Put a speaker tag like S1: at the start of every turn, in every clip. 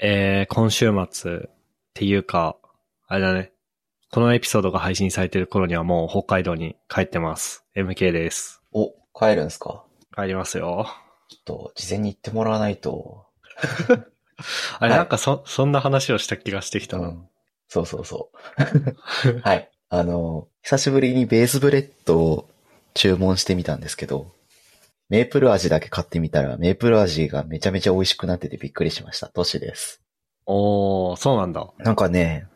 S1: えー、今週末っていうか、あれだね。このエピソードが配信されてる頃にはもう北海道に帰ってます。MK です。
S2: お、帰るんすか
S1: 帰りますよ。
S2: ちょっと、事前に言ってもらわないと。
S1: あれ、
S2: はい
S1: なんかそ、そんな話をした気がしてきた
S2: う
S1: な。
S2: んそうそうそう。 はい。あの、久しぶりにベースブレッドを注文してみたんですけど、メープル味だけ買ってみたら、メープル味がめちゃめちゃ美味しくなっててびっくりしました。トシです。
S1: おー、そうなんだ。
S2: なんかね、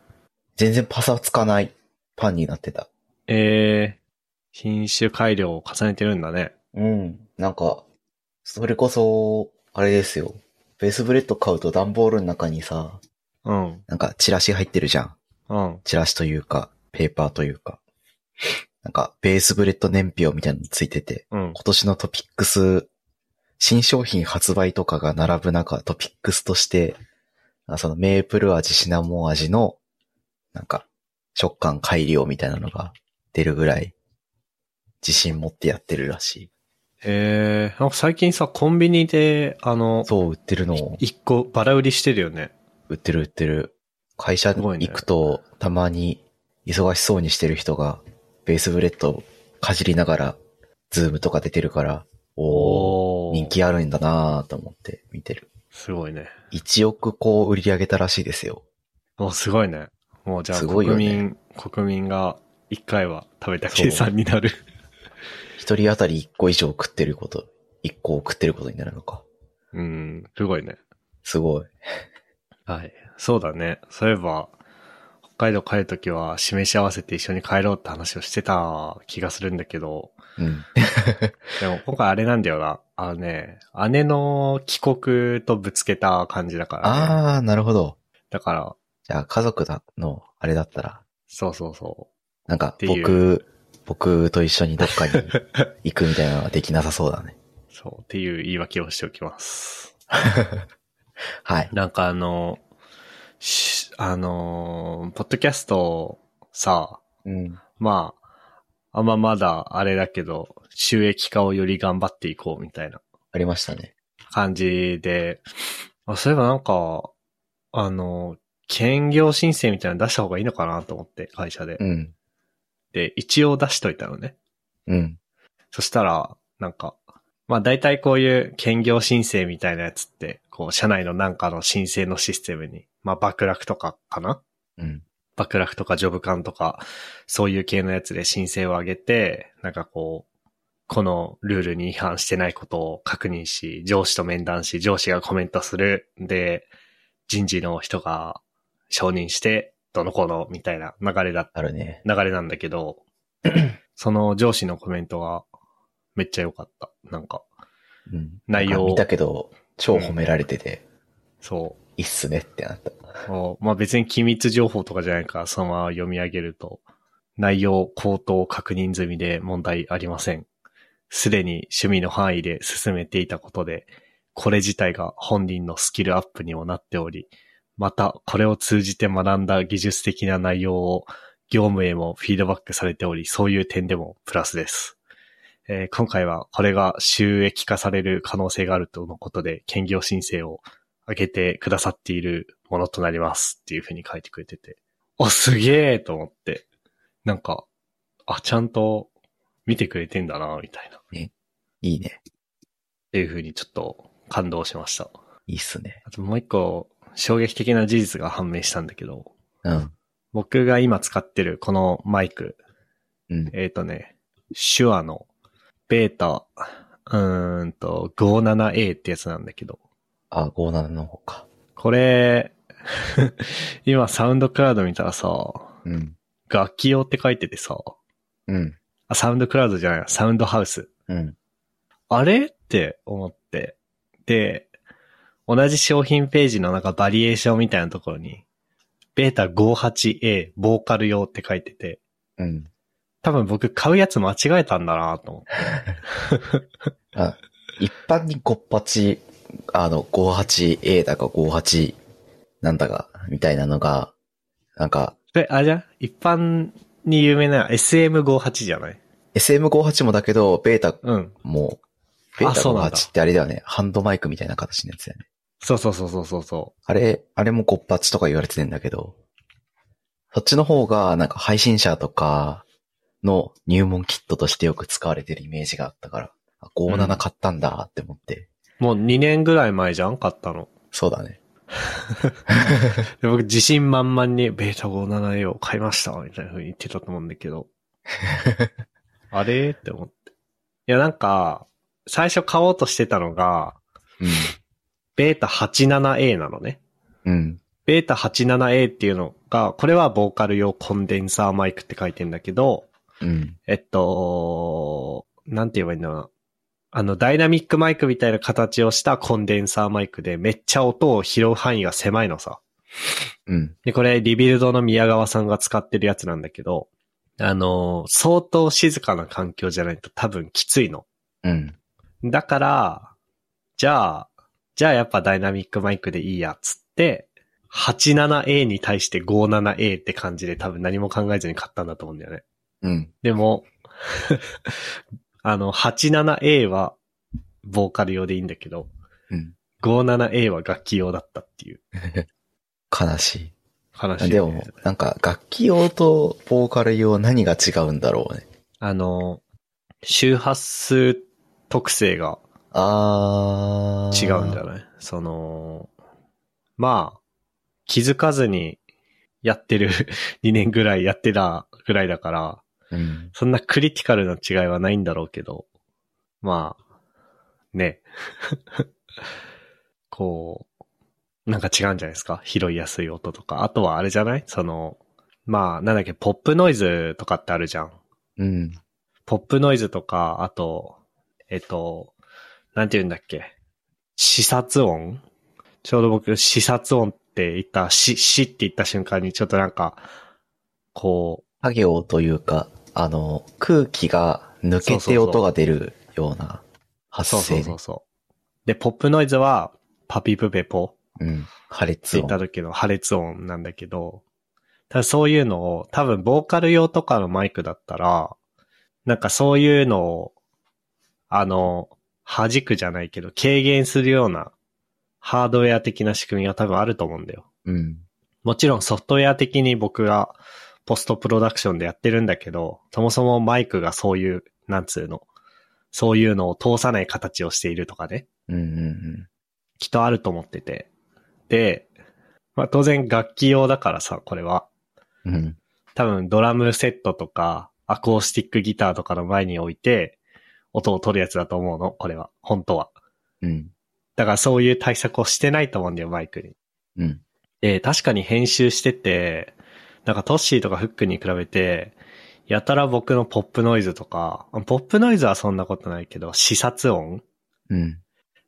S2: 全然パサつかないパンになってた。
S1: えー、品種改良を重ねてるんだね。
S2: うん。なんか、それこそ、あれですよ。ベースブレッド買うと段ボールの中にさ、
S1: うん、
S2: なんかチラシ入ってるじゃん。
S1: うん。
S2: チラシというか、ペーパーというか、なんか、ベースブレッド年表みたいなのついてて、
S1: うん。
S2: 今年のトピックス、新商品発売とかが並ぶ中、トピックスとして、あそのメープル味、シナモン味の、なんか、食感改良みたいなのが出るぐらい、自信持ってやってるらし
S1: えー、なんか最近さ、コンビニで、あの
S2: い。、そう、売ってるのを、
S1: 一個バラ売りしてるよね。
S2: 売ってる売ってる。会社
S1: すごいね
S2: 行くと、たまに忙しそうにしてる人が、ベースブレッドをかじりながら、ズームとか出てるから、おー、
S1: お
S2: 人。気あるんだなーと思って見てる。
S1: すごいね。
S2: 1億個売り上げたらしいですよ。
S1: もうすごいね。もうじゃあ
S2: すごい
S1: 国
S2: よ
S1: 民、
S2: ね
S1: 国民が一回は食べた
S2: そう
S1: 計算になる。
S2: 一人当たり1個以上食ってること、1個を食ってることになるのか。
S1: うん、すごいね。
S2: すごい。
S1: はい。そうだね。そういえば、北海道帰るときは示し合わせて一緒に帰ろうって話をしてた気がするんだけど、
S2: うん。
S1: でも今回あれなんだよな。あのね、姉の帰国とぶつけた感じだから、ね。
S2: あー、なるほど。
S1: だから、
S2: じゃあ家族だの、あれだったら、
S1: そうそうそ
S2: なんか
S1: ていう
S2: 僕、僕と一緒にどっかに行くみたいなのはできなさそうだね。
S1: う。そう、っていう言い訳をしておきます。
S2: はい。
S1: なんかあの、しあのー、ポッドキャストさ、
S2: うん。
S1: まあ、あんままだあれだけど、収益化をより頑張っていこうみたいな
S2: ありましたね。
S1: 感じで、あそういえばなんか、あの、兼業申請みたいなの出した方がいいのかなと思って、会社で
S2: う。ん。
S1: で、一応出しといたのね。
S2: うん。
S1: そしたら、なんか、まあ大体こういう兼業申請みたいなやつって、こう、社内のなんかの申請のシステムに、まあ、爆落とかかな
S2: うん。
S1: 爆落とかジョブカンとか、そういう系のやつで申請を上げて、なんかこう、このルールに違反してないことを確認し、上司と面談し、上司がコメントする。で、人事の人が承認して、どのこうの、みたいな流れだ、
S2: あるね。
S1: 流れなんだけど、 その上司のコメントがめっちゃ良かった。なんか、
S2: うん。
S1: 内容
S2: なんか見たけど、超褒められてて、
S1: そ
S2: いいっすねってなった。
S1: う。もうまあ別に機密情報とかじゃないから、そのまま読み上げると、内容、口頭確認済みで問題ありません。すでに趣味の範囲で進めていたことで、これ自体が本人のスキルアップにもなっており、また、これを通じて学んだ技術的な内容を業務へもフィードバックされており、そういう点でもプラスです。えー今回はこれが収益化される可能性があるとのことで、兼業申請を上げてくださっているものとなりますっていうふうに書いてくれてて、お、すげえと思って、なんか、あ、ちゃんと見てくれてんだな、みたいな。
S2: いいね。
S1: っていうふうにちょっと感動しました。
S2: いいっすね。
S1: あともう一個、衝撃的な事実が判明したんだけど、
S2: うん。
S1: 僕が今使ってるこのマイク、
S2: うん。
S1: えっ、とね、手話のベータ、うーんと、57A ってやつなんだけど、
S2: あ、57の方か。
S1: これ、今サウンドクラウド見たらさ、
S2: うん。
S1: 楽器用って書いててさ、
S2: うん。
S1: あ、サウンドクラウドじゃない、サウンドハウス。
S2: うん。
S1: あれって思って。で、同じ商品ページのなんかバリエーションみたいなところに、ベータ 58A ボーカル用って書いてて、
S2: うん。
S1: 多分僕買うやつ間違えたんだなと思って。
S2: あ、一般に58、あの、58A だか58なんだか、みたいなのが、なんか、
S1: で、あれじゃん一般に有名な SM58 じゃない
S2: SM58 もだけど、ベータ
S1: うん。
S2: も、ベー
S1: あ
S2: タ
S1: そうなんだ
S2: 58ってあれだよね。ハンドマイクみたいな形のやつだよね。
S1: そうそうそうそうそうそ
S2: あれ、あれもゴッパチとか言われてんだけど、そっちの方がなんか配信者とかの入門キットとしてよく使われてるイメージがあったから、あ57買ったんだって思って、
S1: う。もう2年ぐらい前じゃん買ったの。
S2: そうだね。
S1: で僕自信満々にベータ 57A を買いましたみたいな風に言ってたと思うんだけど。あれって思って。いやなんか、最初買おうとしてたのが、ベータ 87A なのね。
S2: うん。うん。
S1: ベータ 87A っていうのが、これはボーカル用コンデンサーマイクって書いてんだけど、
S2: うん。
S1: えっと、なんて言えばいいんだろうな。あの、ダイナミックマイクみたいな形をしたコンデンサーマイクで、めっちゃ音を拾う範囲が狭いのさ。
S2: うん。
S1: で、これ、リビルドの宮川さんが使ってるやつなんだけど、あの、相当静かな環境じゃないと多分きついの。
S2: うん。
S1: だから、じゃあ、じゃあやっぱダイナミックマイクでいいやっつって、87A に対して 57A って感じで多分何も考えずに買ったんだと思うんだよね。
S2: うん。
S1: でも、 あの、87A はボーカル用でいいんだけど、
S2: うん。
S1: 57A は楽器用だったっていう
S2: 悲し
S1: 話
S2: い。でも、なんか楽器用とボーカル用何が違うんだろうね。
S1: あの、周波数特性が
S2: あー。
S1: 違うんじゃないその、まあ、気づかずにやってる 2年ぐらいやってたぐらいだから、
S2: うん。
S1: そんなクリティカルな違いはないんだろうけど、まあ、ね。 こう、なんか違うんじゃないですか拾いやすい音とか。あとはあれじゃないその、まあ、なんだっけ、ポップノイズとかってあるじゃん。
S2: うん。
S1: ポップノイズとか、あと、えっと、なんて言うんだっけ。視察音ちょうど僕、視察音って言った、し、しって言った瞬間にちょっとなんか、こ
S2: 作業というか、あの、空気が抜けて音が出るような
S1: う、
S2: 発
S1: そうそ
S2: 声
S1: う
S2: ね
S1: そうそう。で、ポップノイズは、パピプペポ
S2: うん。破
S1: つ
S2: 裂
S1: いた
S2: 音。
S1: 時の破裂音なんだけど、ただそういうのを、多分ボーカル用とかのマイクだったら、なんかそういうのを、あの、弾くじゃないけど、軽減するようなハードウェア的な仕組みが多分あると思うんだよ。
S2: うん。
S1: もちろんソフトウェア的に僕がポストプロダクションでやってるんだけど、そもそもマイクがそういう、なんつうの、そういうのを通さない形をしているとかね。
S2: うんうん
S1: きっとあると思ってて。で、まあ当然楽器用だからさ、これは。
S2: うん。うん。
S1: 多分ドラムセットとか、アコースティックギターとかの前に置いて、音を取るやつだと思うの、これは。本当は。
S2: うん。
S1: だからそういう対策をしてないと思うんだよ、マイクに。
S2: うん。
S1: で、確かに編集してて、なんかトッシーとかフックに比べて、やたら僕のポップノイズとか、ポップノイズはそんなことないけど、視察音
S2: うん。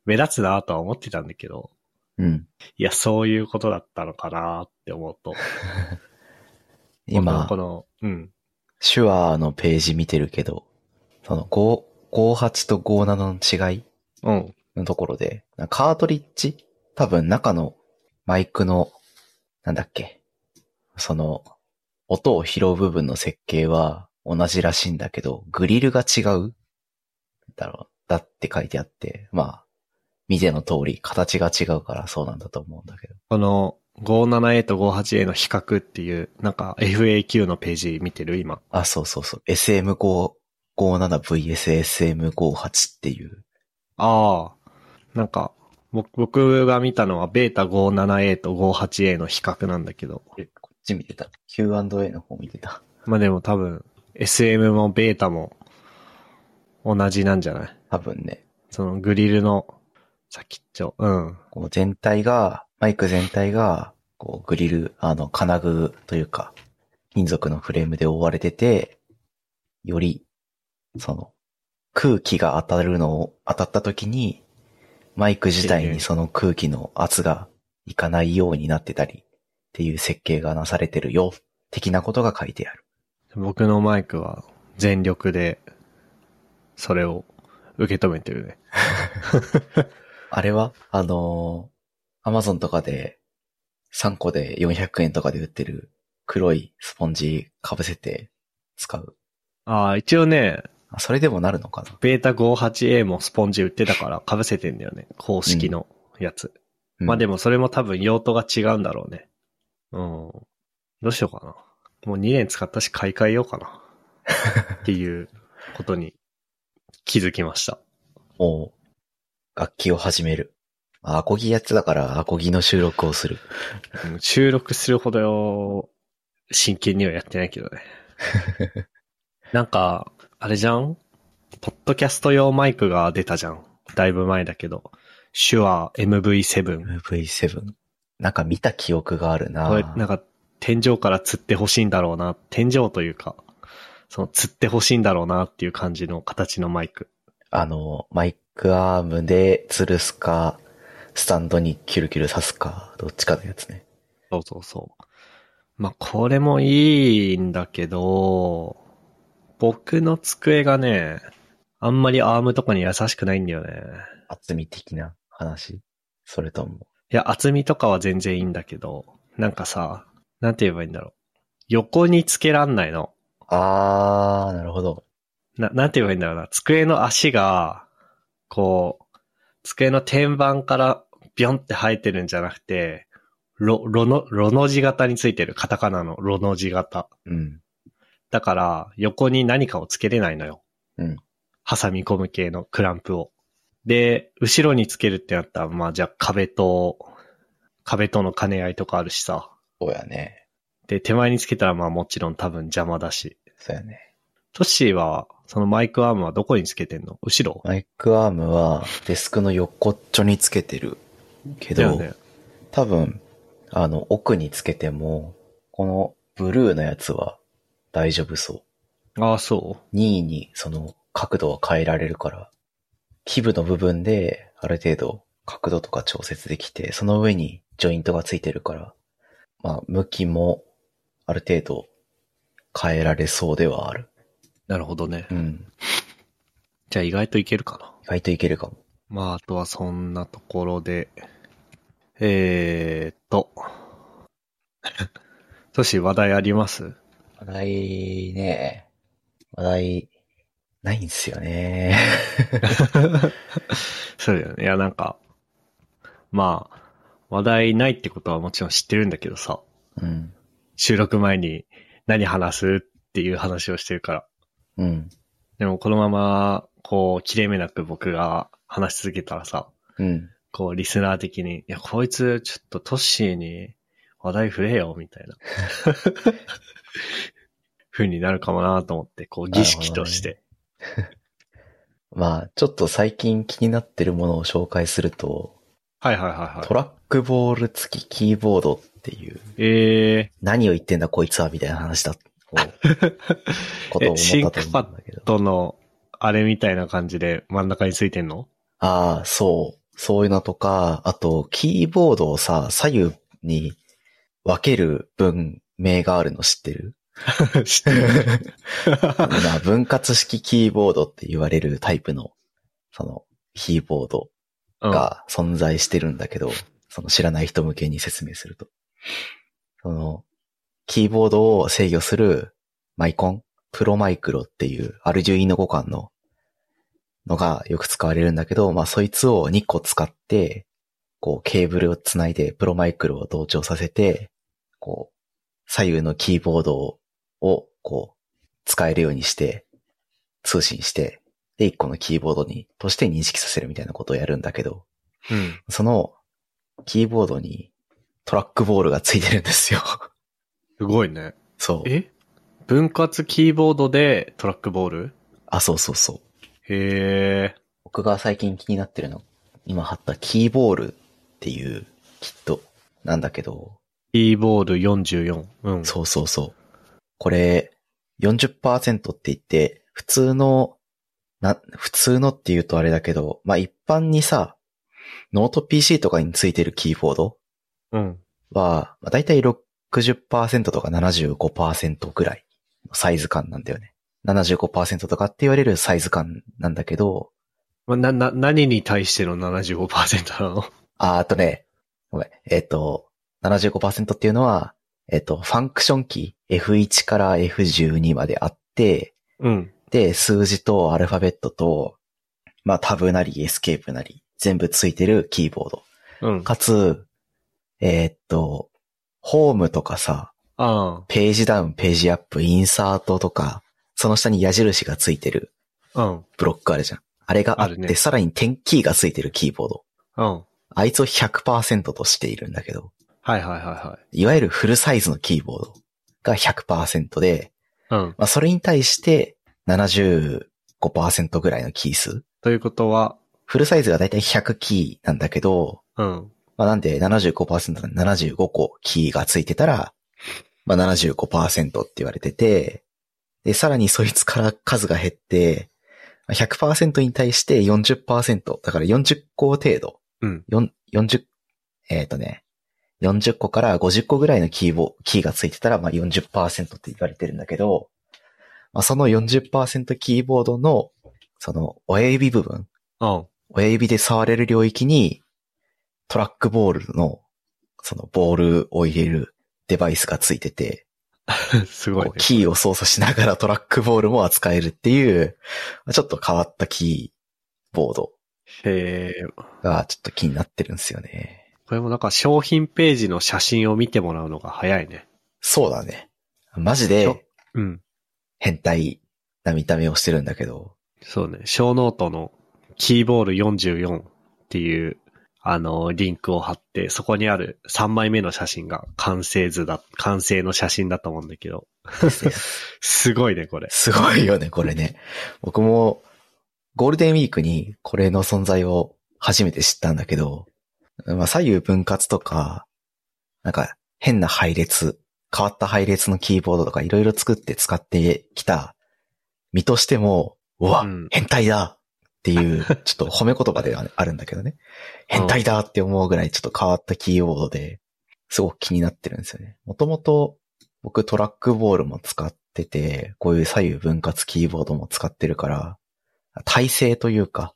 S1: 目立つなとは思ってたんだけど、
S2: うん。
S1: いや、そういうことだったのかなって思うと。
S2: 今
S1: こ、の、うん。
S2: 手話のページ見てるけど、その5、58と57の違い
S1: うん。
S2: のところで、カートリッジ多分中のマイクの、なんだっけ。その、音を拾う部分の設計は同じらしいんだけど、グリルが違うだろう。だって書いてあって、まあ、見ての通り形が違うからそうなんだと思うんだけど。
S1: この 57A と 58A の比較っていう、なんか FAQ のページ見てる今。
S2: あ、そうそうそう。SM557VSSM58 っていう。
S1: ああ。なんか、僕僕が見たのはベータ 57A と 58A の比較なんだけど。
S2: えこっち見てた。Q&A の方見てた。
S1: まあでも多分、SM もベータも同じなんじゃない
S2: 多分ね。
S1: そのグリルの先っちょ。うん。
S2: こう全体が、マイク全体が、こうグリル、あの、金具というか、金属のフレームで覆われてて、より、その、空気が当たるのを、当たった時に、マイク自体にその空気の圧がいかないようになってたり、っていう設計がなされてるよ、的なことが書いてある。
S1: 僕のマイクは全力で、それを受け止めてるね。
S2: あれは、あのー、アマゾンとかで3個で400円とかで売ってる黒いスポンジ被せて使う。
S1: ああ、一応ね、
S2: あそれでもなるのかな
S1: ベータ 58A もスポンジ売ってたから被せてんだよね。公式のやつ。
S2: うん
S1: まあでもそれも多分用途が違うんだろうね。うん。どうしようかな。もう2年使ったし買い替えようかな。っていうことに気づきました。
S2: もう、楽器を始める。あアコギやってたから、アコギの収録をする。
S1: うん収録するほど真剣にはやってないけどね。なんか、あれじゃんポッドキャスト用マイクが出たじゃん。だいぶ前だけど。手話 MV7。
S2: MV7。なんか見た記憶があるな
S1: これ、なんか、天井から釣ってほしいんだろうな。天井というか、その釣ってほしいんだろうなっていう感じの形のマイク。
S2: あの、マイクアームで吊るすか、スタンドにキュルキュル刺すか、どっちかのやつね。
S1: そうそうそう。まあ、これもいいんだけど、僕の机がね、あんまりアームとかに優しくないんだよね。
S2: 厚み的な話それとも。
S1: いや、厚みとかは全然いいんだけど、なんかさ、なんて言えばいいんだろう。横につけらんないの。
S2: あー、なるほど。
S1: な、なんて言えばいいんだろうな。机の足が、こう、机の天板からビョンって生えてるんじゃなくて、ロ、ロの、ロの字型についてる。カタカナのロの字型。
S2: うん。
S1: だから、横に何かをつけれないのよ。
S2: うん。
S1: 挟み込む系のクランプを。で、後ろにつけるってなったら、まあじゃあ壁と、壁との兼ね合いとかあるしさ。
S2: そうやね。
S1: で、手前につけたらまあもちろん多分邪魔だし。
S2: そうやね。
S1: トッシーは、そのマイクアームはどこにつけてんの後ろ
S2: マイクアームはデスクの横っちょにつけてるけ
S1: だよ
S2: ど、
S1: ね。
S2: 多分、あの、奥につけても、このブルーのやつは大丈夫そう。
S1: ああ、そ
S2: 任意にその角度は変えられるから、基部の部分である程度角度とか調節できて、その上にジョイントがついてるから、まあ、向きもある程度変えられそうではある。
S1: う。なるほどね
S2: う。ん。
S1: じゃあ意外といけるかな。
S2: 意外といけるかも。
S1: まあ、あとはそんなところで。えーっと。 トシ、話題あります
S2: 話題ね、話題ないんですよね。
S1: そうだよね。いや、なんか、まあ、話題ないってことはもちろん知ってるんだけどさ、
S2: うん。
S1: 収録前に何話すっていう話をしてるから。
S2: うん。
S1: でもこのまま、こう、切れ目なく僕が話し続けたらさ、
S2: うん。
S1: こう、リスナー的に、いや、こいつ、ちょっとトッシーに話題触れよ、み たいな。風になるかもなと思って、こう、儀式として。
S2: まあ、ちょっと最近気になってるものを紹介すると、
S1: はいはいはいはい
S2: ト。ラックボール付きキーボードっていう、
S1: え
S2: 何を言ってんだこいつはみたいな話だ、 こうことを思ったと思うんだけど
S1: ー、。との、あれみたいな感じで真ん中についてん の
S2: ああ、そう。そういうのとか、あと、キーボードをさ、左右に分ける文明があるの知ってる
S1: 知ってる。
S2: まあ分割式キーボードって言われるタイプの、その、キーボード
S1: うん、
S2: が存在してるんだけど、その知らない人向けに説明すると。その、キーボードを制御するマイコン、プロマイクロっていうアルジュイーノ互換ののがよく使われるんだけど、まあそいつを2個使って、こうケーブルをつないでプロマイクロを同調させて、こう、左右のキーボードを、をこう、使えるようにして、通信して、で、1個のキーボードに、として認識させるみたいなことをやるんだけど、
S1: うん。
S2: その、キーボードにトラックボールがついてるんで すよ。
S1: すごいね。
S2: そう。
S1: え分割キーボードでトラックボール
S2: あ、そうそうそう。
S1: へえ。
S2: 僕が最近気になってるの、今貼ったキーボールっていうキットなんだけど、
S1: キーボール44。うん。
S2: そうそうそう。これ、40%って言って、普通の、な、普通のって言うとあれだけど、まあ、一般にさ、ノート PC とかについてるキーボード
S1: うん。
S2: は、まあ、だいたい60%とか75%ぐらいのサイズ感なんだよね。75%とかって言われるサイズ感なんだけど、
S1: まあな、な、何に対しての75%なの
S2: あ、あとね、ごめん、えっ、と、75%っていうのは、えっ、と、ファンクションキー、F1 から F12 まであって、
S1: うん。
S2: で、数字とアルファベットと、まあ、タブなりエスケープなり、全部ついてるキーボード。
S1: うん。
S2: かつ、えーっと、ホームとかさ、
S1: あ
S2: ページダウン、ページアップ、インサートとか、その下に矢印がついてる
S1: あ。うん。
S2: ブロックあるじゃん。あれがあっ
S1: あ
S2: て、
S1: るね
S2: さらに点キーがついてるキーボード。
S1: うん。
S2: あいつを100%としているんだけど、
S1: はいはいはい
S2: わゆるフルサイズのキーボードが100%で、
S1: いはい。うん。
S2: まあ、それに対して75%ぐらいのキー数。
S1: ということは、
S2: フルサイズがだいたい100キーなんだけど、
S1: うん。
S2: まあ、なんで75%なんで75個キーがついてたら、まあ、75%って言われてて、で、さらにそいつから数が減って、100%に対して40%、だから40個程度、
S1: うん。
S2: よん40、えっ、とね、40個から50個ぐらいのキーボ、キーがついてたら、まあ40%って言われてるんだけど、まあその40%キーボードの、その親指部分、
S1: うん。
S2: 親指で触れる領域に、トラックボールの、そのボールを入れるデバイスがついてて、
S1: すごいね
S2: こう。キーを操作しながら トラックボールも扱えるっていう、まあちょっと変わったキーボード
S1: へえ。
S2: がちょっと気になってるんですよね。
S1: これもなんか商品ページの写真を見てもらうのが早いね。
S2: そうだね。マジ
S1: ちょ
S2: で
S1: うん。
S2: 変態な見た目をしてるんだけ ど。
S1: そうね。小ノートのキーボール44っていう、あの、リンクを貼って、そこにある3枚目の写真が完成図だ、完成の写真だと思うんだけど。すごいね、これ。
S2: すごいよね、これね。僕もゴールデンウィークにこれの存在を初めて知ったんだけど、まあ左右分割とか、なんか変な配列、変わった配列のキーボードとかいろいろ作って使ってきた身としても、うわ、
S1: うん
S2: 変態だっていう、ちょっと褒め言葉ではあるんだけどね。変態だって思うぐらいちょっと変わったキーボードで、すごく気になってるんですよね。もともと僕トラックボールも使ってて、こういう左右分割キーボードも使ってるから、体勢というか、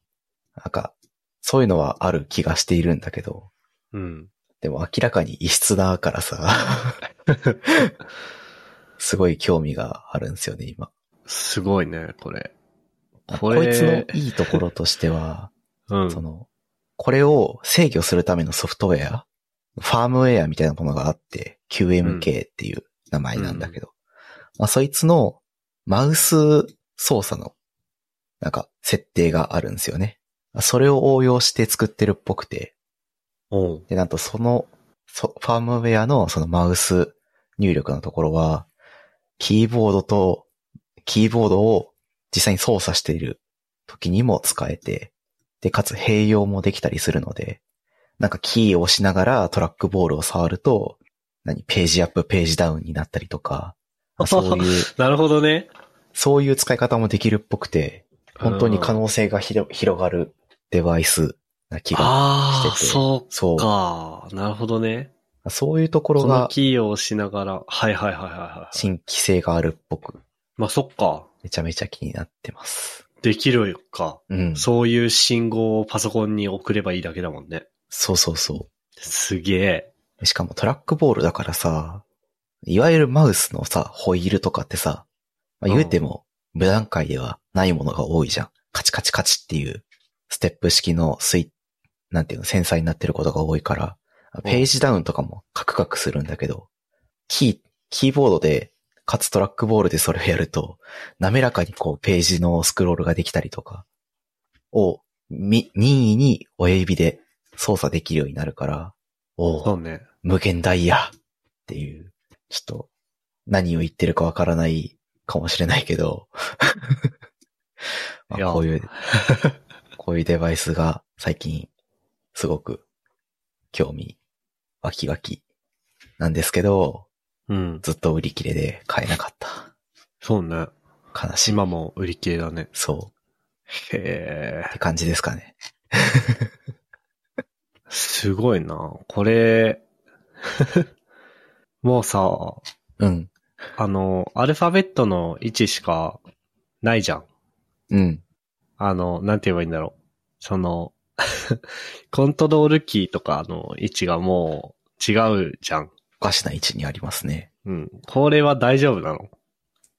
S2: なんか、そういうのはある気がしているんだけど、
S1: うん。
S2: でも明らかに異質だか らさ、すごい興味があるんですよね、今。
S1: すごいね、これ。
S2: こ
S1: これ
S2: いつのいいところとしては、
S1: うん。
S2: その、これを制御するためのソフトウェア、ファームウェアみたいなものがあって、QMK っていう名前なんだけど、まあ、そいつのマウス操作の、なんか、設定があるんですよね。それを応用して作ってるっぽくて、
S1: おう
S2: で、なんとその、そファームウェアのそのマウス入力のところは、キーボードと、キーボードを実際に操作している時にも使えて、で、かつ併用もできたりするので、なんかキーを押しながらトラックボールを触ると、何、ページアップ、ページダウンになったりとか、まあそういう、
S1: なるほどね。
S2: そういう使い方もできるっぽくて、本当に可能性がひろ広がるデバイスな気が。
S1: ああ、
S2: してて
S1: そ
S2: そう
S1: う。か。なるほどね。
S2: そういうところ
S1: この
S2: が
S1: キーを押しながら。はいはいはいはいはい。
S2: 新規性があるっぽく、
S1: まあ、そっか。
S2: めちゃめちゃ気になってます。
S1: できるか。
S2: うん。そ
S1: そういう信号をパソコンに送ればいいだけだもんね。
S2: うそうそ
S1: すげえ。
S2: う。しかもトラックボールだからさ、いわゆるマウスのさ、ホイールとかってさ、まあ、言うても、無段階ではないものが多いじゃん。カチカチカチっていう、ステップ式のスイなんていうの、繊細になってることが多いから、ページダウンとかもカクカクするんだけど、キー、キーボードで、かつトラックボールでそれをやると、滑らかにこうページのスクロールができたりとか、を、み、任意に親指で操作できるようになるから、お
S1: そ
S2: お
S1: う、ね。
S2: 無限大やっていう、ちょっと、何を言ってるかわからないかもしれないけど、 まあ
S1: いや
S2: こういう、 こういうデバイスが最近、すごく、興味、ワキワキ、なんですけど、
S1: うん。
S2: ずっと売り切れで買えなかった。
S1: そうね。
S2: 悲しい。
S1: 今も売り切れだね。
S2: そ
S1: へ
S2: う。っ
S1: え。
S2: て感じですかね。
S1: すごいな。これ、 もうさ、
S2: うん。
S1: あの、アルファベットの位置しかないじゃん。
S2: うん。
S1: あの、なんて言えばいいんだろう。その、 コントロールキーとかの位置がもう違うじゃん。
S2: おかしな位置にありますね。
S1: うん。これは大丈夫なの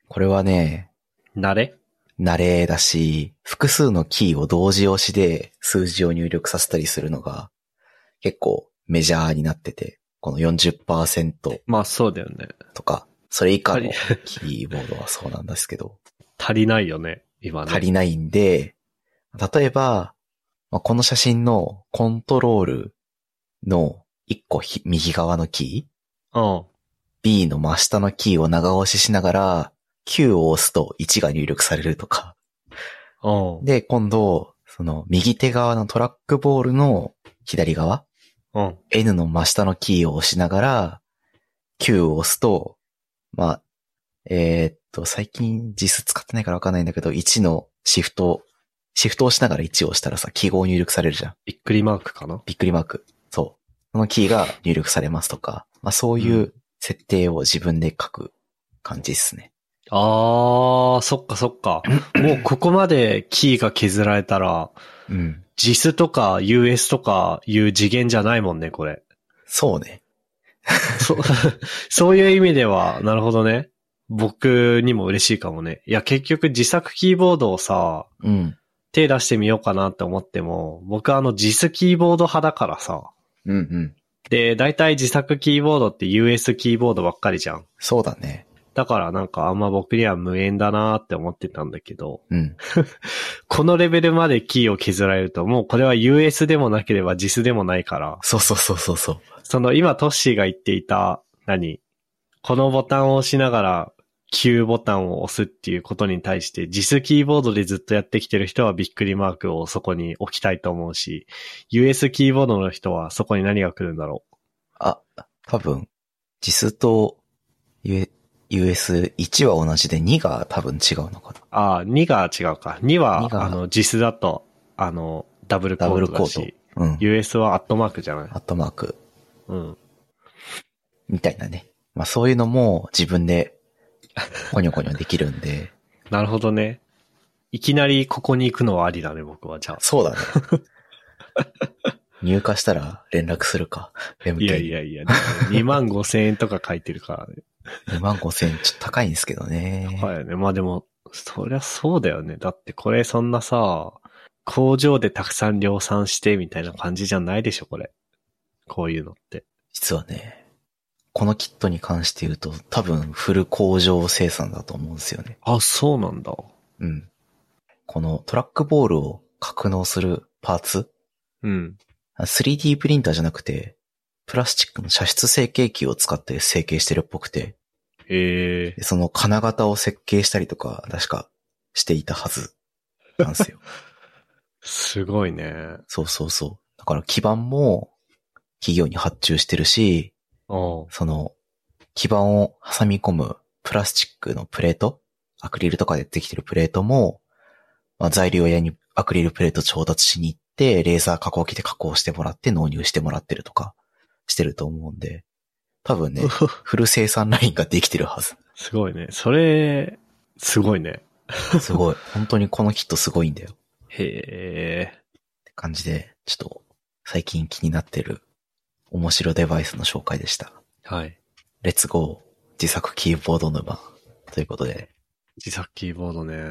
S2: これはね、
S1: 慣れ
S2: 慣れだし、複数のキーを同時押しで数字を入力させたりするのが結構メジャーになってて、この40%
S1: まあそうだよね。
S2: とか、それ以下
S1: 足り
S2: のキーボードはそうなんですけど、
S1: 足りないよね、今ね。
S2: 足りないんで、例えば、まあこの写真のコントロールの一個ひ右側のキー、
S1: うん。
S2: B の真下のキーを長押ししながら、Q を押すと1が入力されるとか。
S1: うん。
S2: で、今度、その右手側のトラックボールの左側、
S1: うん。
S2: N の真下のキーを押しながら、Q を押すと、まあ、えーっと、最近実数使ってないからわかんないんだけど、1のシフト、シフトを押しながら1を押したらさ、記号を入力されるじゃん。
S1: びっくりマークかな
S2: びっくりマーク。そう。そのキーが入力されますとか、まあそういうう設定を自分で書く感じですね。
S1: あー、そっかそっ か。もうここまでキーが削られたら、
S2: うん。
S1: JIS とか US とかいう次元じゃないもんね、これ。
S2: そうね。
S1: そそう いう意味では、なるほどね。僕にも嬉しいかもね。いや、結局自作キーボードをさ、
S2: うん。
S1: 手出してみようかなって思っても、僕はあの JIS キーボード派だからさ。
S2: うんうん。
S1: で、大体自作キーボードって US キーボードばっかりじゃん。
S2: そうだね。
S1: だからなんかあんま僕には無縁だなーって思ってたんだけど、
S2: うん。
S1: このレベルまでキーを削られると、もうこれは US でもなければ JIS でもないから、
S2: そうそうそうそうそう。
S1: その今トッシーが言っていた、何このボタンを押しながら Q ボタンを押すっていうことに対して JIS キーボードでずっとやってきてる人はびっくりマークをそこに置きたいと思うし、US キーボードの人はそこに何が来るんだろ
S2: あ、多分、JIS と U- US1 は同じで2が多分違うのか
S1: う。ああ、2が違うか。2は
S2: 2が
S1: あの JIS だと、あの、ダブルコ
S2: ダブ
S1: ー
S2: ル
S1: ド
S2: コ
S1: だ
S2: ード
S1: し、
S2: な。うん。
S1: US はアットマークじゃない
S2: アットマーク
S1: うん。
S2: みたいなね。まあそういうのも自分で、 コニョコニョできるんで。
S1: なるほどね。いきなりここに行くのはありだね、僕は。じゃ
S2: そうだ ね。入荷したら連絡するか。
S1: あ。
S2: MK。
S1: いやいやいや、2万5千円とか書いてるからね。
S2: 2万5千円ちょっと高いんですけどね。
S1: 高いよね。まあでも、そりゃそうだよね。だってこれそんなさ、工場でたくさん量産してみたいな感じじゃないでしょ、これ。こういうのって。
S2: 実はね、このキットに関して言うと多分フル工場生産だと思うんですよね。
S1: あ、そうなんだ。
S2: うん。このトラックボールを格納するパーツ
S1: うん。
S2: あ 3D プリンターじゃなくて、プラスチックの射出成形機を使って成形してるっぽくて、
S1: ええ
S2: でその金型を設計したりとか、確かしていたはずなんですよ。
S1: すごいね。
S2: そうそうそう。だから基板も企業に発注してるし、
S1: おう
S2: その基板を挟み込むプラスチックのプレート、アクリルとかでできてるプレートも、まあ、材料屋にアクリルプレート調達しに行って、レーザー加工機で加工してもらって納入してもらってるとかしてると思うんで、多分 ね、フル生産ラインができてるは ず。
S1: すごいね。それ、すごいね。
S2: すごい。本当にこのキットすごいんだよ。
S1: へえ。
S2: って感じで、ちょっと最近気になってる面白デバイスの紹介でした。
S1: はい。
S2: レッツゴー自作キーボード沼ということで。
S1: 自作キーボードね。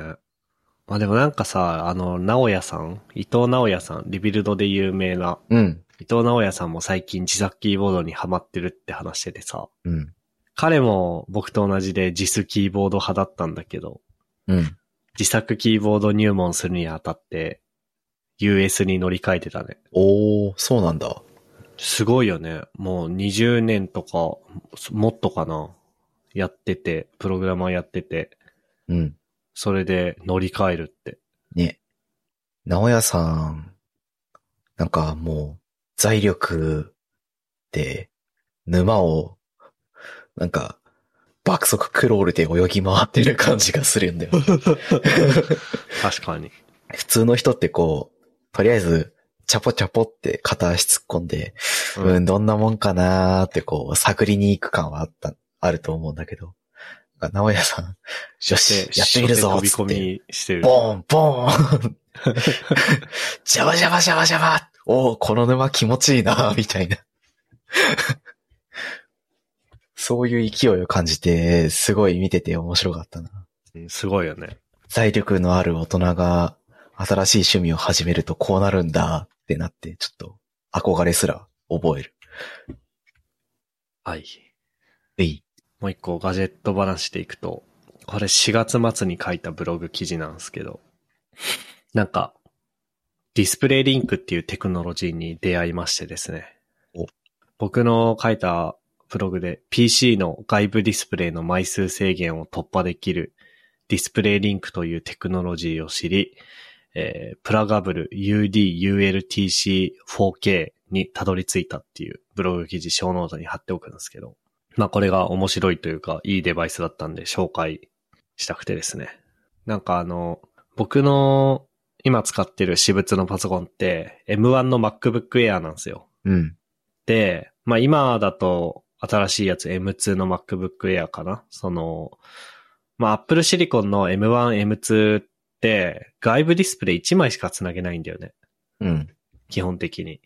S1: まあでもなんかさ、あの、直哉さん、伊藤直哉さん、リビルドで有名な、
S2: うん。
S1: 伊藤直哉さんも最近自作キーボードにハマってるって話しててさ、
S2: うん。
S1: 彼も僕と同じで自スキーボード派だったんだけど、
S2: うん。
S1: 自作キーボード入門するにあたって、US に乗り換えてたね。
S2: おー、そうなんだ。
S1: すごいよね。もう20年とか、もっとかな。やってて、プログラマーやってて、
S2: うん。
S1: それで乗り換えるって。
S2: ね。直屋さん、なんかもう、財力で、沼を、なんか、爆速クロールで泳ぎ回ってる感じがするんだ よ。
S1: 確かに。
S2: 普通の人ってこう、とりあえず、チャポチャポって片足突っ込んで、
S1: う
S2: うんん、どんなもんかなーってこう、探りに行く感はあった、あると思うんだけど。なんか直屋さん、よし、やってみるぞ
S1: 飛
S2: っ
S1: び
S2: つ
S1: 込
S2: って、
S1: みしてる。
S2: ボーン、ボーンジャバジャバジャバジャバ おー、この沼気持ちいいなー みたいな。そういう勢いを感じて、すごい見てて面白かったな。
S1: うんすごいよね。
S2: 財力のある大人が新しい趣味を始めるとこうなるんだってなって、ちょっと憧れすら覚える。
S1: はい。
S2: えい。
S1: もう一個ガジェット話でいくと、これ4月末に書いたブログ記事なんですけど、なんか、ディスプレイリンクっていうテクノロジーに出会いましてですね
S2: お。
S1: 僕の書いたブログで PC の外部ディスプレイの枚数制限を突破できるディスプレイリンクというテクノロジーを知り、えープラガブル UD-ULTC4K にたどり着いたっていうブログ記事小ノートに貼っておくんですけど、まあこれが面白いというか、いいデバイスだったんで紹介したくてですね。なんかあの、僕の今使ってる私物のパソコンって M1 の MacBook Air なんですよ。
S2: うん。
S1: で、まあ今だと新しいやつ M2 の MacBook Air かなその、まあ Apple Silicon の M1、M2 って外部ディスプレイ1枚しか繋げないんだよね。
S2: うん。
S1: 基本的に。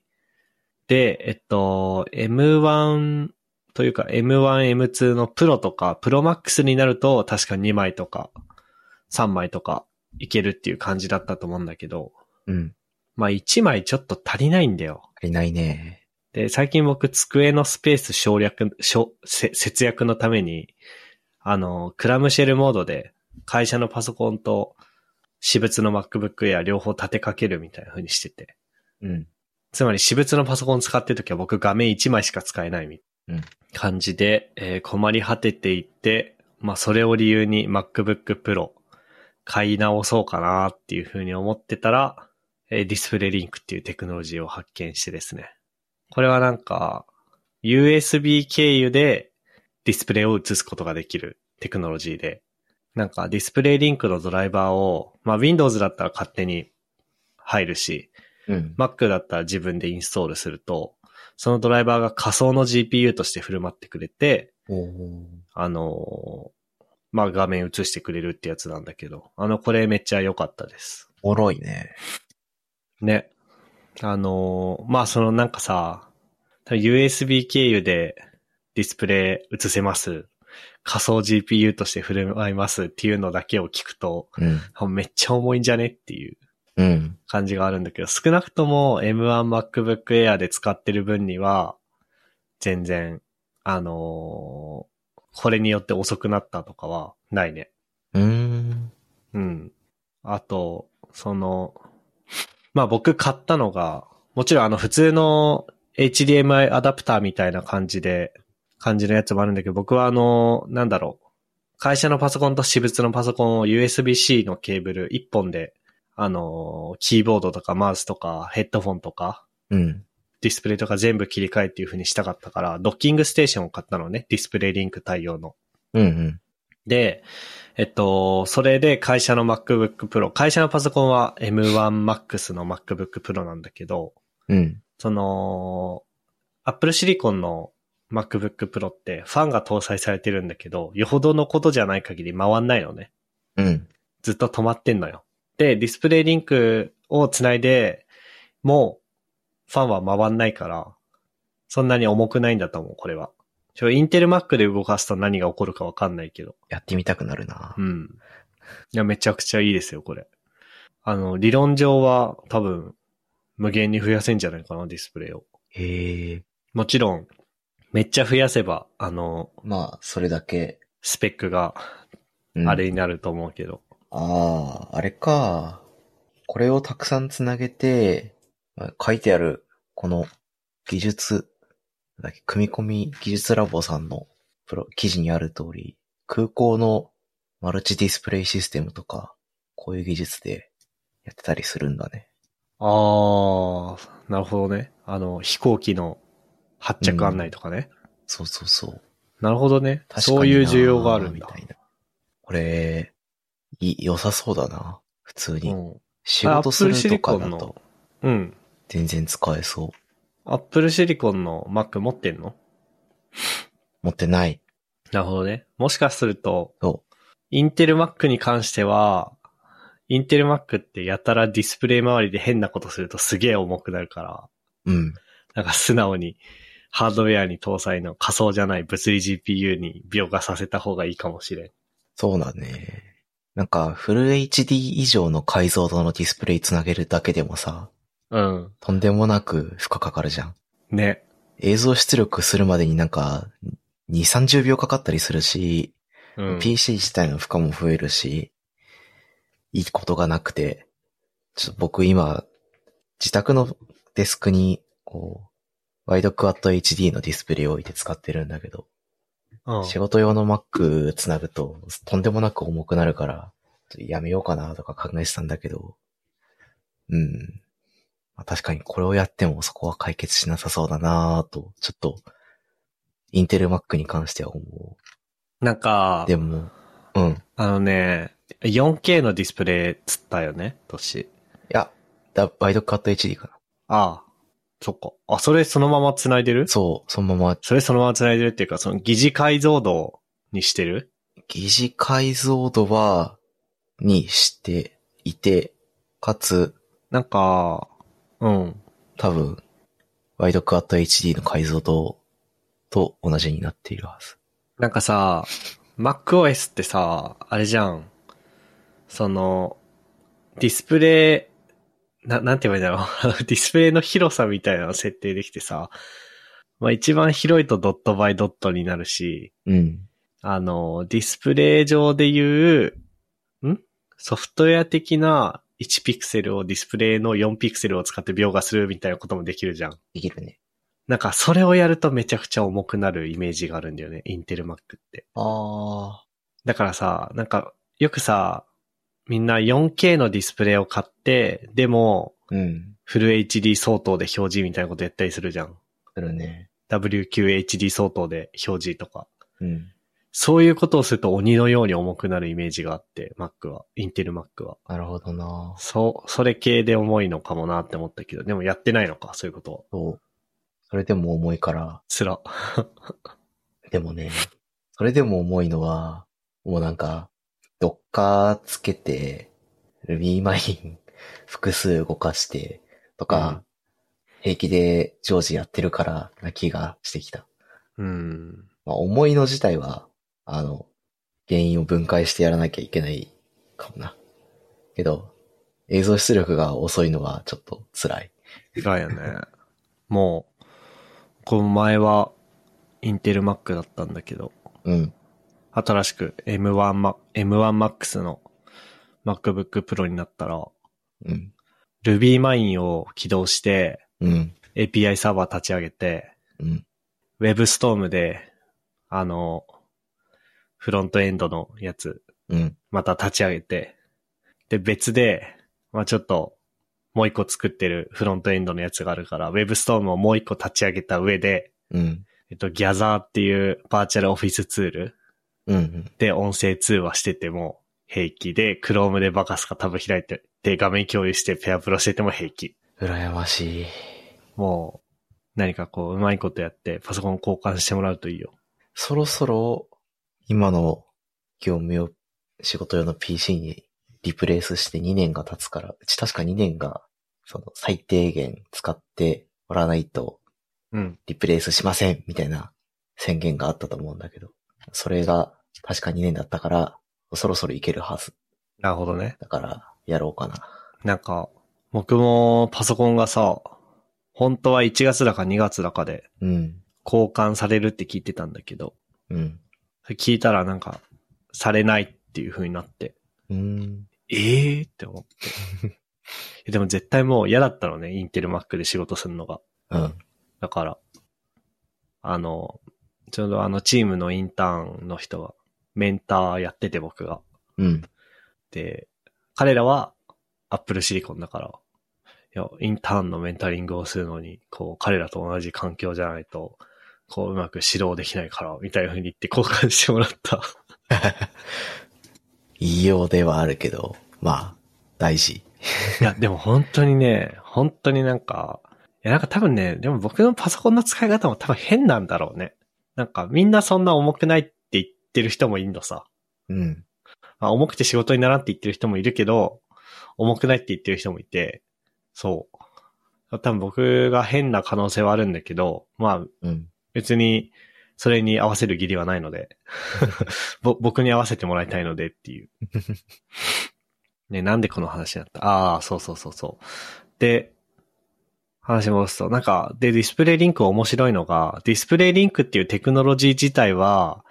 S1: で、えっと、M1 というか M1、M2 のプロとか、プロマックスになると確か2枚とか3枚とかいけるっていう感じだったと思うんだけど、
S2: うん。
S1: まあ1枚ちょっと足りないんだよ。
S2: 足りないね。
S1: で、最近僕机のスペース省略、省せ節約のために、あの、クラムシェルモードで会社のパソコンと私物の MacBook Air 両方立てかけるみたいな風にしてて。
S2: うん。
S1: つまり私物のパソコン使ってるときは僕画面1枚しか使えないみたいな感じで、えー困り果てていって、まあそれを理由に MacBook Pro 買い直そうかなっていうふうに思ってたら、えーディスプレイリンクっていうテクノロジーを発見してですね。これはなんか USB 経由でディスプレイを映すことができるテクノロジーで、なんかディスプレイリンクのドライバーを、まあ Windows だったら勝手に入るし、
S2: うん。
S1: Mac だったら自分でインストールすると、そのドライバーが仮想の GPU として振る舞ってくれて、
S2: おー
S1: あのーまあ、画面映してくれるってやつなんだけど、あの、これめっちゃ良かったです。
S2: おもろいね。
S1: ね。あのーまあ、そのなんかさ、多分 USB 経由でディスプレイ映せます。仮想 GPU として振る舞いますっていうのだけを聞くと、
S2: うん。
S1: めっちゃ重いんじゃねっていう
S2: うん。
S1: 感じがあるんだけど、少なくとも M1 MacBook Air で使ってる分には、全然、あのーこれによって遅くなったとかはないね。
S2: うーん。
S1: うん。あと、その、まあ僕買ったのが、もちろんあの普通の HDMI アダプターみたいな感じで、感じのやつもあるんだけど、僕はあの、なんだろう。会社のパソコンと私物のパソコンを USB-C のケーブル1本で、あの、キーボードとかマウスとかヘッドフォンとか、
S2: うん。
S1: ディスプレイとか全部切り替えっていう風にしたかったから、ドッキングステーションを買ったのね。ディスプレイリンク対応の。
S2: うん。うん。
S1: で、えっと、それで会社の MacBook Pro、会社のパソコンは M1Max の MacBook Pro なんだけど、
S2: うん。
S1: その、Apple Silicon の MacBook Pro ってファンが搭載されてるんだけど、よほどのことじゃない限り回んないのね。
S2: うん。
S1: ずっと止まってんのよ。で、ディスプレイリンクをつないで、もう、ファンは回んないから、そんなに重くないんだと思う、これは。ちょ、インテル Mac で動かすと何が起こるかわかんないけど。
S2: やってみたくなるな
S1: う。ん。いや、めちゃくちゃいいですよ、これ。あの、理論上は多分、無限に増やせんじゃないかな、ディスプレイを。
S2: へえ。
S1: もちろん、めっちゃ増やせば、あの、
S2: まあ、それだけ。
S1: スペックが
S2: うん
S1: あれになると思うけど。
S2: ああ、あれか。これをたくさんつなげて、まあ書いてある、この技術、なんだっけ組み込み技術ラボさんのプロ記事にある通り、空港のマルチディスプレイシステムとか、こういう技術でやってたりするんだね。
S1: あー、なるほどね。あの、飛行機の発着案内とかね。
S2: そうそうそう。
S1: なるほどね。
S2: 確かにな
S1: そういう需要があるんだ
S2: み。たいな。これ、い良さそうだな。普通に。
S1: うん。
S2: 仕事するとかだ
S1: Apple Silicon の
S2: と
S1: うん。
S2: 全然使えそう。
S1: Apple Silicon の Mac 持ってんの
S2: 持ってない。
S1: なるほどね。もしかすると、
S2: そう。
S1: インテル Mac に関しては、インテル Mac ってやたらディスプレイ周りで変なことするとすげえ重くなるから、
S2: うん。
S1: なんか素直にハードウェアに搭載の仮想じゃない物理 GPU に描画させた方がいいかもしれん。
S2: そうだね。なんか、フル HD 以上の解像度のディスプレイつなげるだけでもさ、
S1: うん。
S2: とんでもなく負荷かかるじゃん。
S1: ね。
S2: 映像出力するまでになんか、2、30秒かかったりするし、
S1: うん。
S2: PC 自体の負荷も増えるし、いいことがなくて、ちょっと僕今、自宅のデスクに、こう、ワイドクワッド HD のディスプレイを置いて使ってるんだけど、
S1: うん
S2: 仕事用の Mac つなぐと、とんでもなく重くなるから、ちょっとやめようかなとか考えてたんだけど、うん。まあ確かにこれをやってもそこは解決しなさそうだなと、ちょっと、インテル Mac に関しては思う。
S1: なんか、
S2: でも、うん。い
S1: あのね、4K のディスプレイつったよね、年。
S2: や、だワイドカット HD か
S1: ああ、そっか。あ、それそのまま繋いでる
S2: な。そう、そのまま、
S1: それそのまま繋いでるっていうか、その疑似解像度にしてる
S2: 疑似解像度は、にしていて、かつ、
S1: なんか、うん。
S2: 多分、ワイドクワッド HD の解像度と同じになっているはず。
S1: なんかさ、MacOS ってさ、あれじゃん。その、ディスプレイ、な、なんて言えばいいんだろう。デ ィスプレイの広さみたいなの設定できてさ、まあ一番広いとドットバイドットになるし、
S2: うん。
S1: あの、ディスプレイ上で言う、んソフトウェア的な1ピクセルをディスプレイの4ピクセルを使って描画するみたいなこともできるじゃん。
S2: できるね。
S1: なんかそれをやるとめちゃくちゃ重くなるイメージがあるんだよね。インテル Mac って。
S2: ああ。
S1: だからさ、なんかよくさ、みんな 4K のディスプレイを買って、でも
S2: うん。
S1: フル HD 相当で表示みたいなことやったりするじゃん。
S2: するね。
S1: WQHD 相当で表示とか。
S2: うん。
S1: そういうことをすると鬼のように重くなるイメージがあって、Mac は。インテル Mac は。
S2: なるほどな
S1: そう、それ系で重いのかもなって思ったけど、でもやってないのか、そういうことは。
S2: そう。それでも重いから、
S1: つら。
S2: でもね、それでも重いのは、もうなんか、ドッカーつけて、Ruby マイン複数動かして、とか、平気で常時やってるからな気がしてきた。
S1: うん。
S2: まあ、思いの自体は、あの、原因を分解してやらなきゃいけないかもな。けど、映像出力が遅いのはちょっと辛い。
S1: 辛いよね。もう、この前は、インテル Mac だったんだけど、
S2: うん。
S1: 新しく M1 マ M1 Max の MacBook Pro になったら、
S2: うん。
S1: Ruby Mine を起動して、
S2: うん。
S1: API サーバー立ち上げて、
S2: うん。
S1: WebStorm で、あの、フロントエンドのやつ、
S2: うん。
S1: また立ち上げて、で、別で、まあちょっと、もう一個作ってるフロントエンドのやつがあるから、WebStorm をもう一個立ち上げた上で、
S2: うん。
S1: えっと、ギャザーっていうバーチャルオフィスツール
S2: うん。
S1: で音声通話してても平気で、Chrome でバカスカタブ開いて、で、画面共有してペアプロしてても平気。
S2: 羨ましい。
S1: もう、何かこう、うまいことやって、パソコン交換してもらうといいよ。
S2: そろそろ、今の業務用、仕事用の PC にリプレイスして2年が経つから、うち確か2年が、その最低限使っておらないと
S1: うん。
S2: リプレイスしませんみたいな宣言があったと思うんだけど、それが確か2年だったから、そろそろいけるはず。
S1: なるほどね。
S2: だから、やろうかな。
S1: なんか、僕もパソコンがさ、本当は1月だか2月だかで
S2: うん。
S1: 交換されるって聞いてたんだけど、
S2: うん。
S1: それ聞いたらなんか、されないっていう風になって、
S2: うーん。
S1: ええー、って思って。でも絶対もう嫌だったのね、インテル Mac で仕事するのが。
S2: うん。
S1: だから、あの、ちょうどあのチームのインターンの人が、メンターやってて僕が。
S2: うん。
S1: で、彼らは Apple シリコンだから、いや、インターンのメンタリングをするのに、こう、彼らと同じ環境じゃないと、こう、うまく指導できないから、みたいな風に言って交換してもらった。
S2: 言いようではあるけど、まあ、大事。
S1: いや、でも本当にね、本当になんか、いや、なんか多分ね、でも僕のパソコンの使い方も多分変なんだろうね。なんか、みんなそんな重くないって言ってる人もいんのさ。
S2: うん。
S1: まあ、重くて仕事にならんって言ってる人もいるけど、重くないって言ってる人もいて、そう。多分僕が変な可能性はあるんだけど、まあ
S2: うん。
S1: 別にそれに合わせる義理はないので、 ぼ僕に合わせてもらいたいのでっていう。ね、なんでこの話になったああ、そうそうそうそう。で、話戻すと、なんか、で、ディスプレイリンク面白いのが、ディスプレイリンクっていうテクノロジー自体は、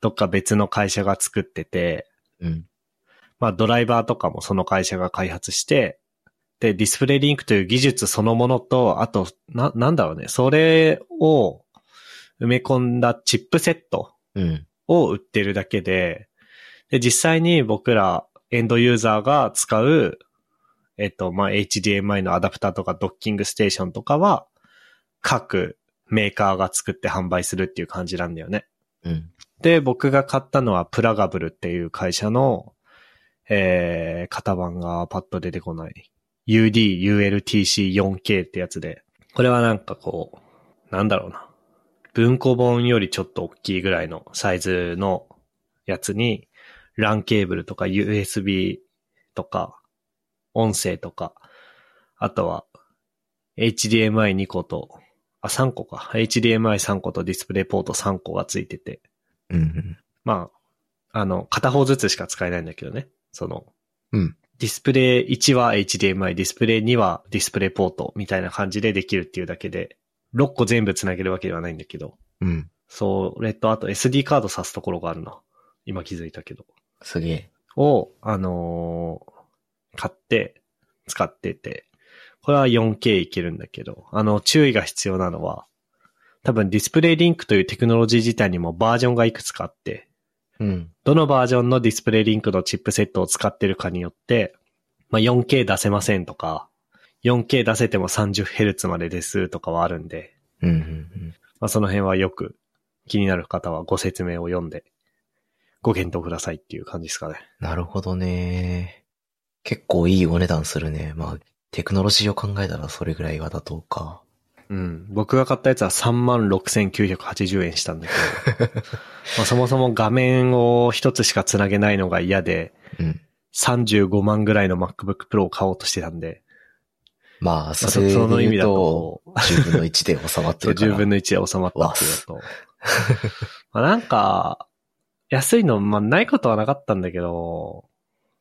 S1: どっか別の会社が作ってて、
S2: うん。
S1: まあドライバーとかもその会社が開発して、で、ディスプレイリンクという技術そのものと、あと、な、なんだろうね、それを埋め込んだチップセット
S2: うん。
S1: を売ってるだけで、で、実際に僕らエンドユーザーが使う、えっと、まあ、HDMI のアダプターとかドッキングステーションとかは、各メーカーが作って販売するっていう感じなんだよね。
S2: うん。
S1: で、僕が買ったのはプラガブルっていう会社の、えー、型番がパッと出てこない。UD-ULTC4K ってやつで。これはなんかこう、なんだろうな。文庫本よりちょっと大きいぐらいのサイズのやつに、LAN ケーブルとか USB とか、音声とか、あとは HDMI2 個と、あ、3個か。HDMI3 個とディスプレイポート3個がついてて、
S2: うん。
S1: まあ、あの、片方ずつしか使えないんだけどね。その、
S2: うん。
S1: ディスプレイ1は HDMI、ディスプレイ2はディスプレイポートみたいな感じでできるっていうだけで、6個全部つなげるわけではないんだけど、
S2: うん。
S1: それとあと SD カード挿すところがあるな。今気づいたけど。
S2: すげえ。
S1: を、あのー買って、使ってて、これは 4K いけるんだけど、あの、注意が必要なのは、多分ディスプレイリンクというテクノロジー自体にもバージョンがいくつかあって、
S2: うん。
S1: どのバージョンのディスプレイリンクのチップセットを使ってるかによって、まあ、4K 出せませんとか、4K 出せても 30Hz までですとかはあるんで、
S2: うん。うん。
S1: まあ、その辺はよく気になる方はご説明を読んで、ご検討くださいっていう感じですかね。
S2: なるほどね。結構いいお値段するね。まあ、テクノロジーを考えたらそれぐらいは妥当か。
S1: うん。僕が買ったやつは36,980円したんだけど、 まあそもそも画面を一つしか繋げないのが嫌で、
S2: うん。
S1: 35万ぐらいの MacBook Pro を買おうとしてたんで、
S2: まあ、
S1: まあ
S2: それで
S1: その意
S2: 言
S1: 味
S2: う
S1: だ
S2: と、
S1: と、
S2: 10分の1で収まって
S1: そう、
S2: るから。
S1: 10分の1で収まったっていうのと。 まあなんか、安いの、まあないことはなかったんだけど、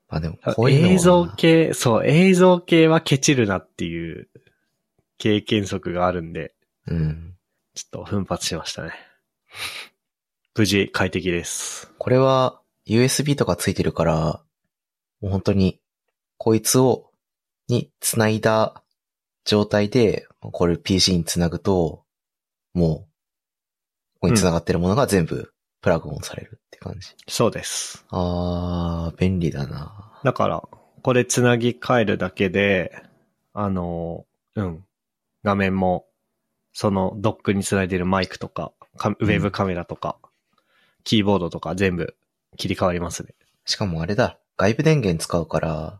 S2: まあでも、こういうのは
S1: 映像系、そう、映像系はケチるなっていう経験則があるんで、
S2: うん。
S1: ちょっと奮発しましたね。無事快適です。
S2: これは USB とかついてるから、もう本当に、こいつを、に繋いだ状態で、これ PC に繋ぐと、もう、ここに繋がってるものが全部プラグオンされるって感じ。
S1: そうです。
S2: あー、便利だな。
S1: だから、これつなぎ替えるだけで、あの、うん。画面も、そのドックにつないでるマイクとか、かウェブカメラとか、キーボードとか全部切り替わりますね。
S2: しかもあれだ、外部電源使うから、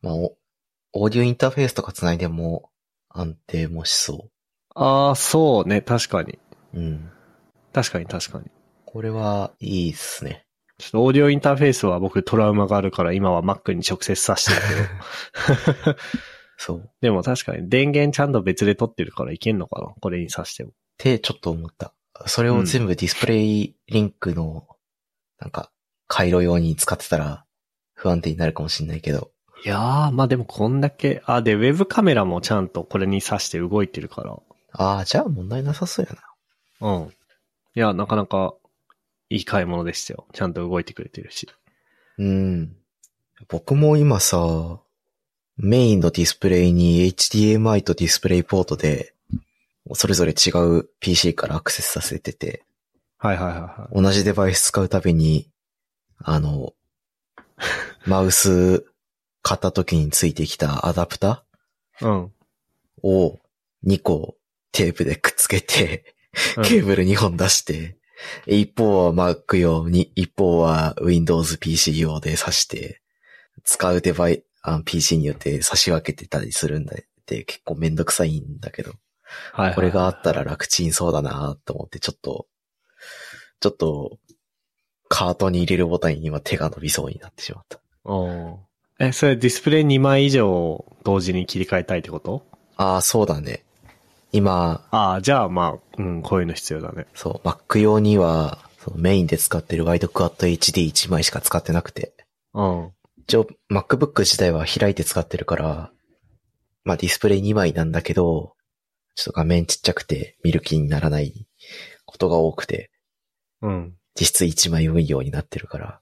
S2: まあ、おオーディオインターフェースとか繋いでも安定もしそ
S1: ああ、そうね。確かに。
S2: う。うん。
S1: 確かに確かに。
S2: これはいいっすね。
S1: ちょっとオーディオインターフェースは僕トラウマがあるから今は Mac に直接挿してるけど。
S2: そう。っ
S1: でも確かに電源ちゃんと別で取ってるからいけんのかなこれに挿しても。
S2: てちょっと思った。それを全部ディスプレイリンクの、なんか、回路用に使ってたら不安定になるかもしんないけど。
S1: いやー、まあでもこんだけ、あ、で、ウェブカメラもちゃんとこれに挿して動いてるから。
S2: あー、じゃあ問題なさそうやな。
S1: うん。いや、なかなかいい買い物でしたよ。ちゃんと動いてくれてるし。
S2: うん。僕も今さ、メインのディスプレイに HDMI とディスプレイポートで、それぞれ違う PC からアクセスさせてて、
S1: はいはいはいはい。
S2: 同じデバイス使うたびに、あの、マウス買った時についてきたアダプタ
S1: うん。
S2: ーを2個テープでくっつけて、
S1: うん
S2: ケーブル2本出して、一方は Mac 用に、一方は Windows PC 用で挿して、使うデバイ、あ PC によって差し分けてたりするんだって結構めんどくさいんだけど、
S1: はい、はい。
S2: これがあったら楽ちんそうだなと思って、ちょっと、ちょっと、カートに入れるボタンに今手が伸びそうになってしまった。
S1: うん。え、それディスプレイ2枚以上同時に切り替えたいってこと
S2: ああ、そうだね。今、
S1: ああ、じゃあまあ、うん、こういうの必要だね。
S2: そう、Mac 用には、そのメインで使ってるワイドクワッド HD1 枚しか使ってなくて、
S1: うん。
S2: 一応 MacBook 自体は開いて使ってるから、まあディスプレイ2枚なんだけど、ちょっと画面ちっちゃくて見る気にならないことが多くて、
S1: うん。
S2: 実質1枚運用になってるから、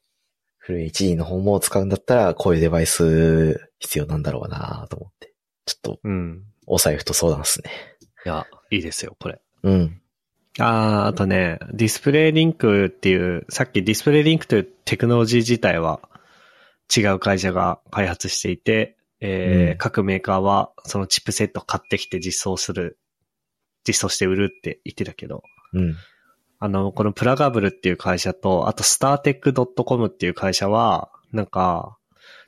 S2: フル HD の方も使うんだったら、こういうデバイス必要なんだろうなと思って。ちょっと、
S1: うん。
S2: お財布と相談っすね。
S1: いや、いいですよ、これ。
S2: うん。
S1: あー、あとね、ディスプレイリンクっていう、さっきディスプレイリンクというテクノロジー自体は違う会社が開発していて、えー
S2: うん
S1: 各メーカーはそのチップセット買ってきて実装する、実装して売るって言ってたけど、
S2: うん。
S1: あの、このプラガブルっていう会社と、あとスターテック .com っていう会社は、なんか、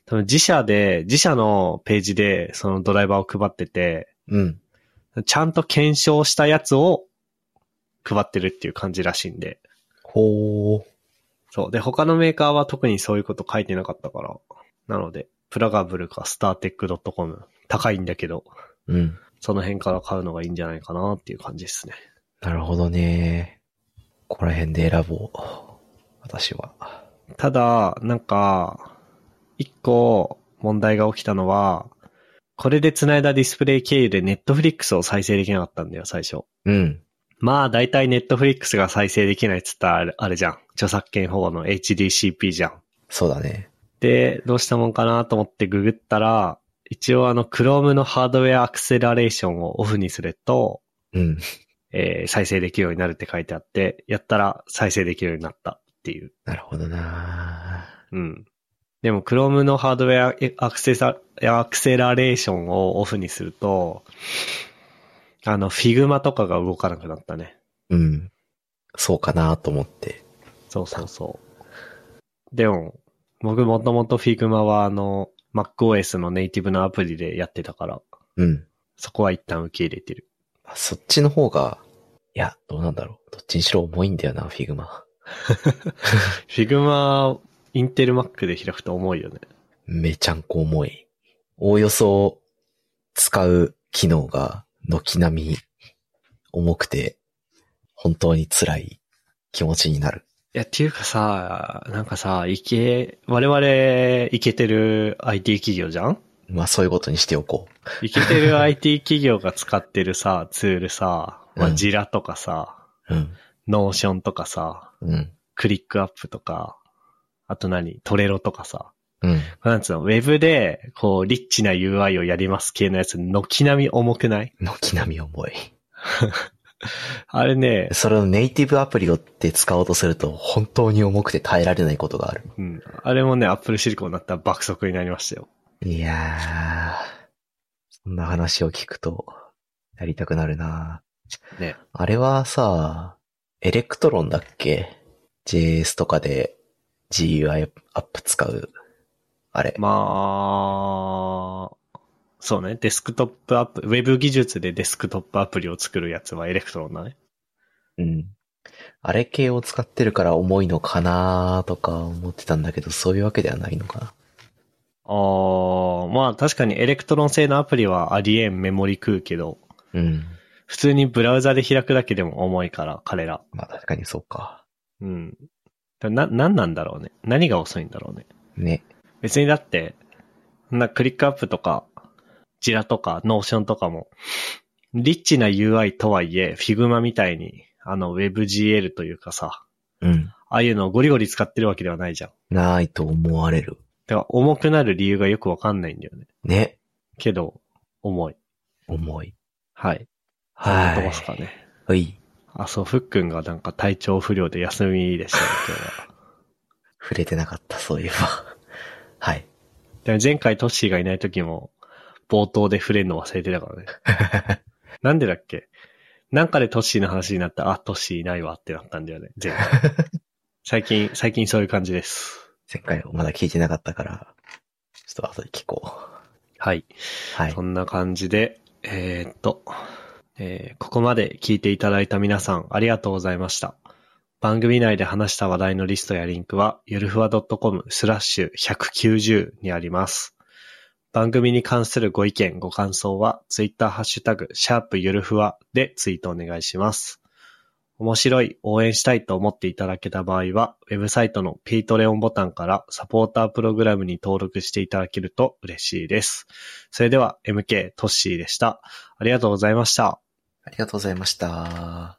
S1: 多分自社で、自社のページでそのドライバーを配ってて、
S2: うん。
S1: ちゃんと検証したやつを配ってるっていう感じらしいんで。
S2: ほー。
S1: そう。で、他のメーカーは特にそういうこと書いてなかったから。なので、プラガブルかスターテック .com 高いんだけど、
S2: うん。
S1: その辺から買うのがいいんじゃないかなっていう感じですね。
S2: なるほどね。ここら辺で選ぼう。私は。
S1: ただ、なんか、一個問題が起きたのは、これで繋いだディスプレイ経由で Netflix を再生できなかったんだよ、最初。
S2: うん。
S1: まあ、大体ネットフリックスが再生できないっつったらあれあれじゃん。著作権保護の HDCP じゃん。
S2: そうだね。
S1: で、どうしたもんかなと思ってググったら、一応あの Chrome のハードウェアアクセラレーションをオフにすると、
S2: うん。
S1: えー再生できるようになるって書いてあって、やったら再生できるようになったっていう。
S2: なるほどな
S1: うん。でも Chrome のハードウェアアクセサアクセラレーションをオフにすると、あの Figma とかが動かなくなったね。
S2: うん。そうかなと思って。
S1: そうそうそう。でも、僕もともと Figma はあの、MacOS のネイティブのアプリでやってたから、
S2: うん。
S1: そこは一旦受け入れてる。
S2: まあそっちの方が、いや、どうなんだろう。どっちにしろ重いんだよな、フィグマ。
S1: Figma、インテル Mac で開くと重いよね。
S2: めちゃんこ重い。おおよそ使う機能が軒並み重くて、本当に辛い気持ちになる。
S1: いや、っていうかさ、なんかさ、いけ、我々、いけてる IT 企業じゃん
S2: まあそういうことにしておこう。
S1: いけ てる IT 企業が使ってるさ、ツールさ、ま
S2: う
S1: あ、
S2: ん
S1: ジラとかさ、
S2: うん。
S1: ノーションとかさ、
S2: うん。
S1: クリックアップとか、あと何トレロとかさ。
S2: うん。
S1: なんつうの、ウェブで、こう、リッチな UI をやります系のやつ、軒並み重くない
S2: 軒並み重い。
S1: あれね、
S2: それをネイティブアプリをって使おうとすると本当に重くて耐えられないことがある。
S1: うん。あれもね、Apple シリコンになったら爆速になりましたよ。
S2: いやー、そんな話を聞くと、やりたくなるな
S1: ね。
S2: あれはさ、エレクトロンだっけ ?JS とかで GUI アップ使う。あれ。
S1: まあ、そうね、デスクトップアップ、ウェブ技術でデスクトップアプリを作るやつはエレクトロンだね。
S2: うん。あれ系を使ってるから重いのかなとか思ってたんだけど、そういうわけではないのか
S1: あー、まあ確かにエレクトロン製のアプリはありえんメモリ食うけど、
S2: な。うん。
S1: 普通にブラウザで開くだけでも重いから、彼ら。
S2: まあ確かにそうか。
S1: うん。な、なんなんだろうね。何が遅いんだろうね。
S2: ね。
S1: 別にだって、そんなクリックアップとか、ジラとか、ノーションとかも、リッチな UI とはいえ、Figma みたいに、あの WebGL というかさ、
S2: うん。
S1: ああいうのをゴリゴリ使ってるわけではないじゃん。
S2: ないと思われる。
S1: だから重くなる理由がよくわかんないんだよね。
S2: ね。
S1: けど、重い。
S2: 重い。
S1: はい。
S2: はい。
S1: どうですかね。
S2: はい。
S1: あ、そう、ふっくんがなんか体調不良で休みでしたね、今日は。
S2: 触れてなかった、そういえば。 はい。
S1: でも前回トッシーがいない時も、冒頭で触れるの忘れてたからね。なんでだっけなんかでトッシーの話になったら、あ、トッシーいないわってなったんだよね。前回。最近、最近そういう感じです。
S2: 前回まだ聞いてなかったから、ちょっと後で聞こう。
S1: はい。
S2: はい
S1: そ。んな感じで、えーっと、えーここまで聞いていただいた皆さんありがとうございました。番組内で話した話題のリストやリンクは、ゆるふわ .com スラッシュ190にあります。番組に関するご意見、ご感想は、ツイッターハッシュタグ、シャープゆるふわでツイートお願いします。面白い、応援したいと思っていただけた場合は、ウェブサイトのピートレオンボタンからサポータープログラムに登録していただけると嬉しいです。それでは MK トッシーでした。ありがとうございました。
S2: ありがとうございました。